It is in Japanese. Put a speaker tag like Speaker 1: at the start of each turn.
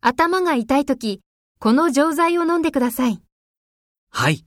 Speaker 1: 頭が痛いとき、この錠剤を飲んでください。
Speaker 2: はい。